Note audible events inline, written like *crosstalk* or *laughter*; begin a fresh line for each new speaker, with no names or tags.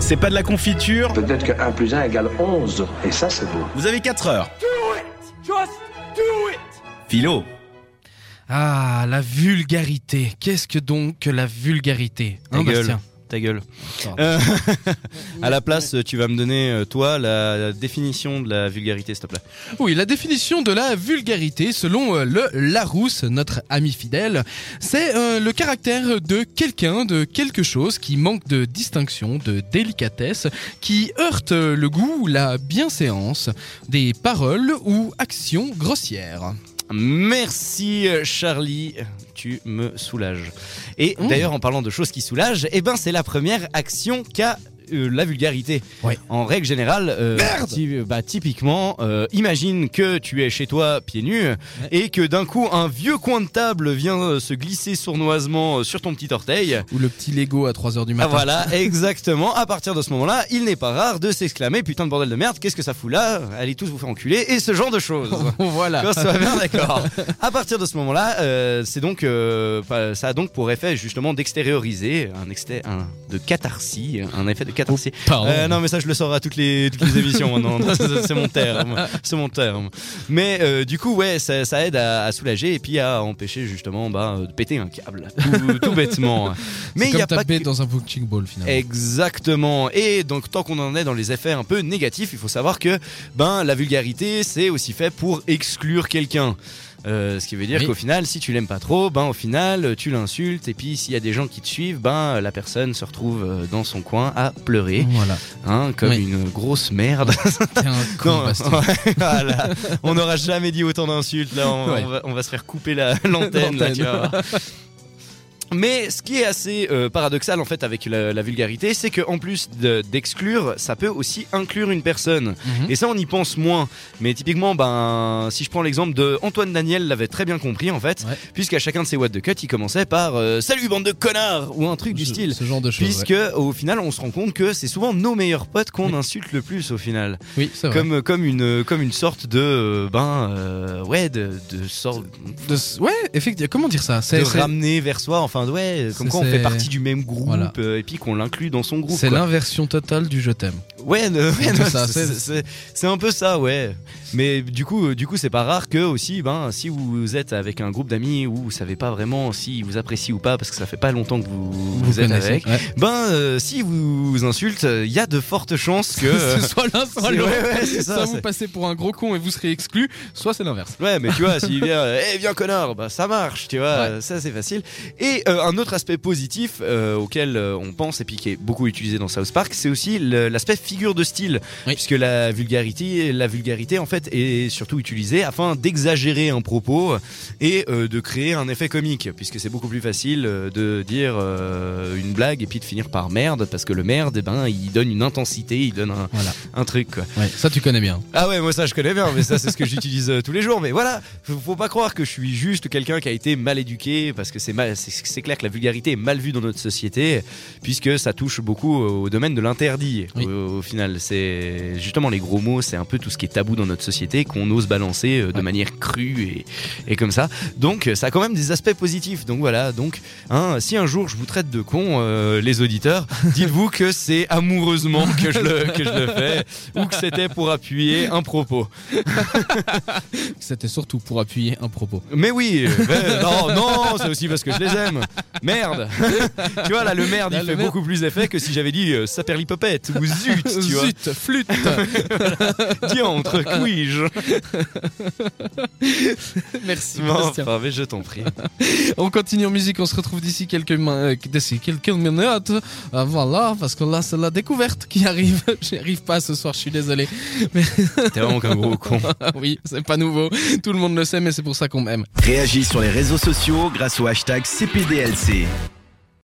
C'est pas de la confiture.
Peut-être que 1 plus 1 égale 11. Et ça, c'est beau.
Vous avez 4 heures.
Just do it!
Philo.
Ah, la vulgarité. Qu'est-ce que donc que la vulgarité
Ta
Hein,
gueule.
Bastien
Ta gueule.
Pardon.
Euh, *laughs* à la place, tu vas me donner, euh, toi, la définition de la vulgarité, s'il te plaît.
Oui, la définition de la vulgarité, selon euh, le Larousse, notre ami fidèle, c'est euh, le caractère de quelqu'un, de quelque chose qui manque de distinction, de délicatesse, qui heurte euh, le goût ou la bienséance, des paroles ou actions grossières.
Merci euh, Charlie, tu me soulages. Et
Mmh.
d'ailleurs en parlant de choses qui soulagent, eh ben c'est la première action qu'a euh, la vulgarité.
Ouais.
En règle générale, euh, ty- bah, typiquement, euh, imagine que tu es chez toi pieds nus et que d'un coup un vieux coin de table vient euh, se glisser sournoisement euh, sur ton petit orteil.
Ou le petit Lego à 3h du
Ah,
matin.
voilà, exactement. À partir de ce moment-là, il n'est pas rare de s'exclamer putain de bordel de merde, qu'est-ce que ça fout là Allez tous vous faire enculer et ce genre
*laughs*
de choses.
Ah, voilà.
Qu'on soit bien d'accord. À partir de ce moment-là, euh, c'est donc, euh, enfin, ça a donc pour effet justement d'extérioriser un exté- un- de catharsis, un effet de catharsis.
Oh, Pardon.
Euh, non, mais ça, je le sors à toutes les, toutes les émissions maintenant.
*laughs*
C'est c'est mon terme. C'est mon terme. Mais euh, du coup, ouais, ça, ça aide à, à soulager et puis à empêcher justement bah, de péter un câble, tout,
*laughs*
tout bêtement. Mais
mais
il n'y a pas que-
dans un punching ball finalement.
Exactement. Et donc tant qu'on en est dans les effets un peu négatifs, il faut savoir que ben la vulgarité c'est aussi fait pour exclure quelqu'un. Euh, ce qui veut dire
Oui.
qu'au final, si tu l'aimes pas trop, ben au final tu l'insultes et puis s'il y a des gens qui te suivent, ben la personne se retrouve euh, dans son coin à pleurer,
Voilà.
hein, comme
Oui.
une grosse merde.
T'es un con,
Non,
Bastien.
ouais, *laughs* voilà. On n'aura jamais dit autant d'insultes. Là, on,
Ouais.
on va, on va se faire couper la- *laughs* l'antenne. là,
L'antenne.
tu vas voir. Mais ce qui est assez euh, paradoxal en fait avec la, la vulgarité, c'est qu'en plus de- d'exclure, ça peut aussi inclure une personne.
Mhm.
Et ça, on y pense moins. Mais typiquement, ben, si je prends l'exemple de Antoine Daniel, l'avait très bien compris en fait,
Ouais.
puisqu'à chacun de ses what de cut, il commençait par euh, Salut bande de connards ou un truc du
Ce-
style.
Ce genre de choses.
Puisque au final, on se rend compte que c'est souvent nos meilleurs potes qu'on
Mmh.
insulte le plus au final
ouais. Oui, c'est vrai.
comme comme une comme une sorte de euh, ben euh, ouais de de sorte
De s- Ouais, effectivement. Comment dire ça
de
C'est c'est-
ramener vers soi enfin ouais comme
C'est-
quoi on
c'est-
fait partie du même groupe
Voilà.
euh, et puis qu'on l'inclut dans son groupe
C'est
quoi.
l'inversion totale du je t'aime.
ouais, ne- ouais,
tout
non,
ça,
c'est-
c'est-
c'est c'est un peu ça ouais mais du coup euh, du coup c'est pas rare que aussi ben si vous êtes avec un groupe d'amis où vous savez pas vraiment si vous apprécient ou pas parce que ça fait pas longtemps que vous vous, êtes
connaissez.
avec
Ouais.
ben euh, si vous, vous insulte il y a de fortes chances
*laughs*
que euh,
Ce soit l'un, soit
c'est-
l'autre.
ouais, ouais, c'est
Soit
ça,
vous
c'est-
passez pour un gros con et vous serez exclu, soit c'est l'inverse.
*laughs* Ouais, mais tu vois, s'il vient, euh, eh, viens connard, bah ça marche, tu vois, euh, ça c'est facile. Et euh, un autre aspect positif euh, auquel euh, on pense et puis qui est beaucoup utilisé dans South Park, c'est aussi le- l'aspect figure de style,
Oui.
puisque la vulgarité, la vulgarité en fait est surtout utilisée afin d'exagérer un propos et euh, de créer un effet comique, puisque c'est beaucoup plus facile euh, de dire euh, une blague et puis de finir par merde, parce que le merde, eh ben, il donne une intensité, il donne un,
Voilà.
un truc quoi.
Ouais, ça tu connais bien.
Ah ouais, moi ça je connais bien, mais ça c'est ce que j'utilise euh, tous les jours. Mais voilà, faut, faut pas croire que je suis juste quelqu'un qui a été mal éduqué, parce que c'est mal, c'est- c'est clair que la vulgarité est mal vue dans notre société, puisque ça touche beaucoup au domaine de l'interdit.
Oui.
Au, au final, c'est justement les gros mots, c'est un peu tout ce qui est tabou dans notre société qu'on ose balancer euh, de
Ouais.
manière crue et, et comme ça. Donc euh, ça a quand même des aspects positifs. Donc voilà, donc hein, si un jour je vous traite de con, euh, les auditeurs, dites-vous que c'est amoureusement que je le, que je le fais ou que c'était pour appuyer un propos.
C'était surtout pour appuyer un propos.
Mais oui, euh,
*laughs*
ben, non, non, c'est aussi parce que je les aime. Merde. tu vois, là, le merde,
Là,
il
le
fait
merde.
beaucoup plus effet que si j'avais dit euh, saperlipopette ou zut, tu vois.
Zut,
*laughs*
flûte
Diantre, couille-je.
*laughs* Merci
Non,
Bastien.
enfin, mais je t'en prie.
On continue en musique, on se retrouve d'ici quelques, min- euh, d'ici quelques minutes. Euh, voilà, parce que là c'est la découverte qui arrive. *laughs* J'y arrive pas ce soir, je suis désolé.
T'es vraiment comme gros con.
Ah oui, c'est pas nouveau. Tout le monde le sait, mais c'est pour ça qu'on m'aime.
Réagis sur les réseaux sociaux grâce au hashtag CPDLC.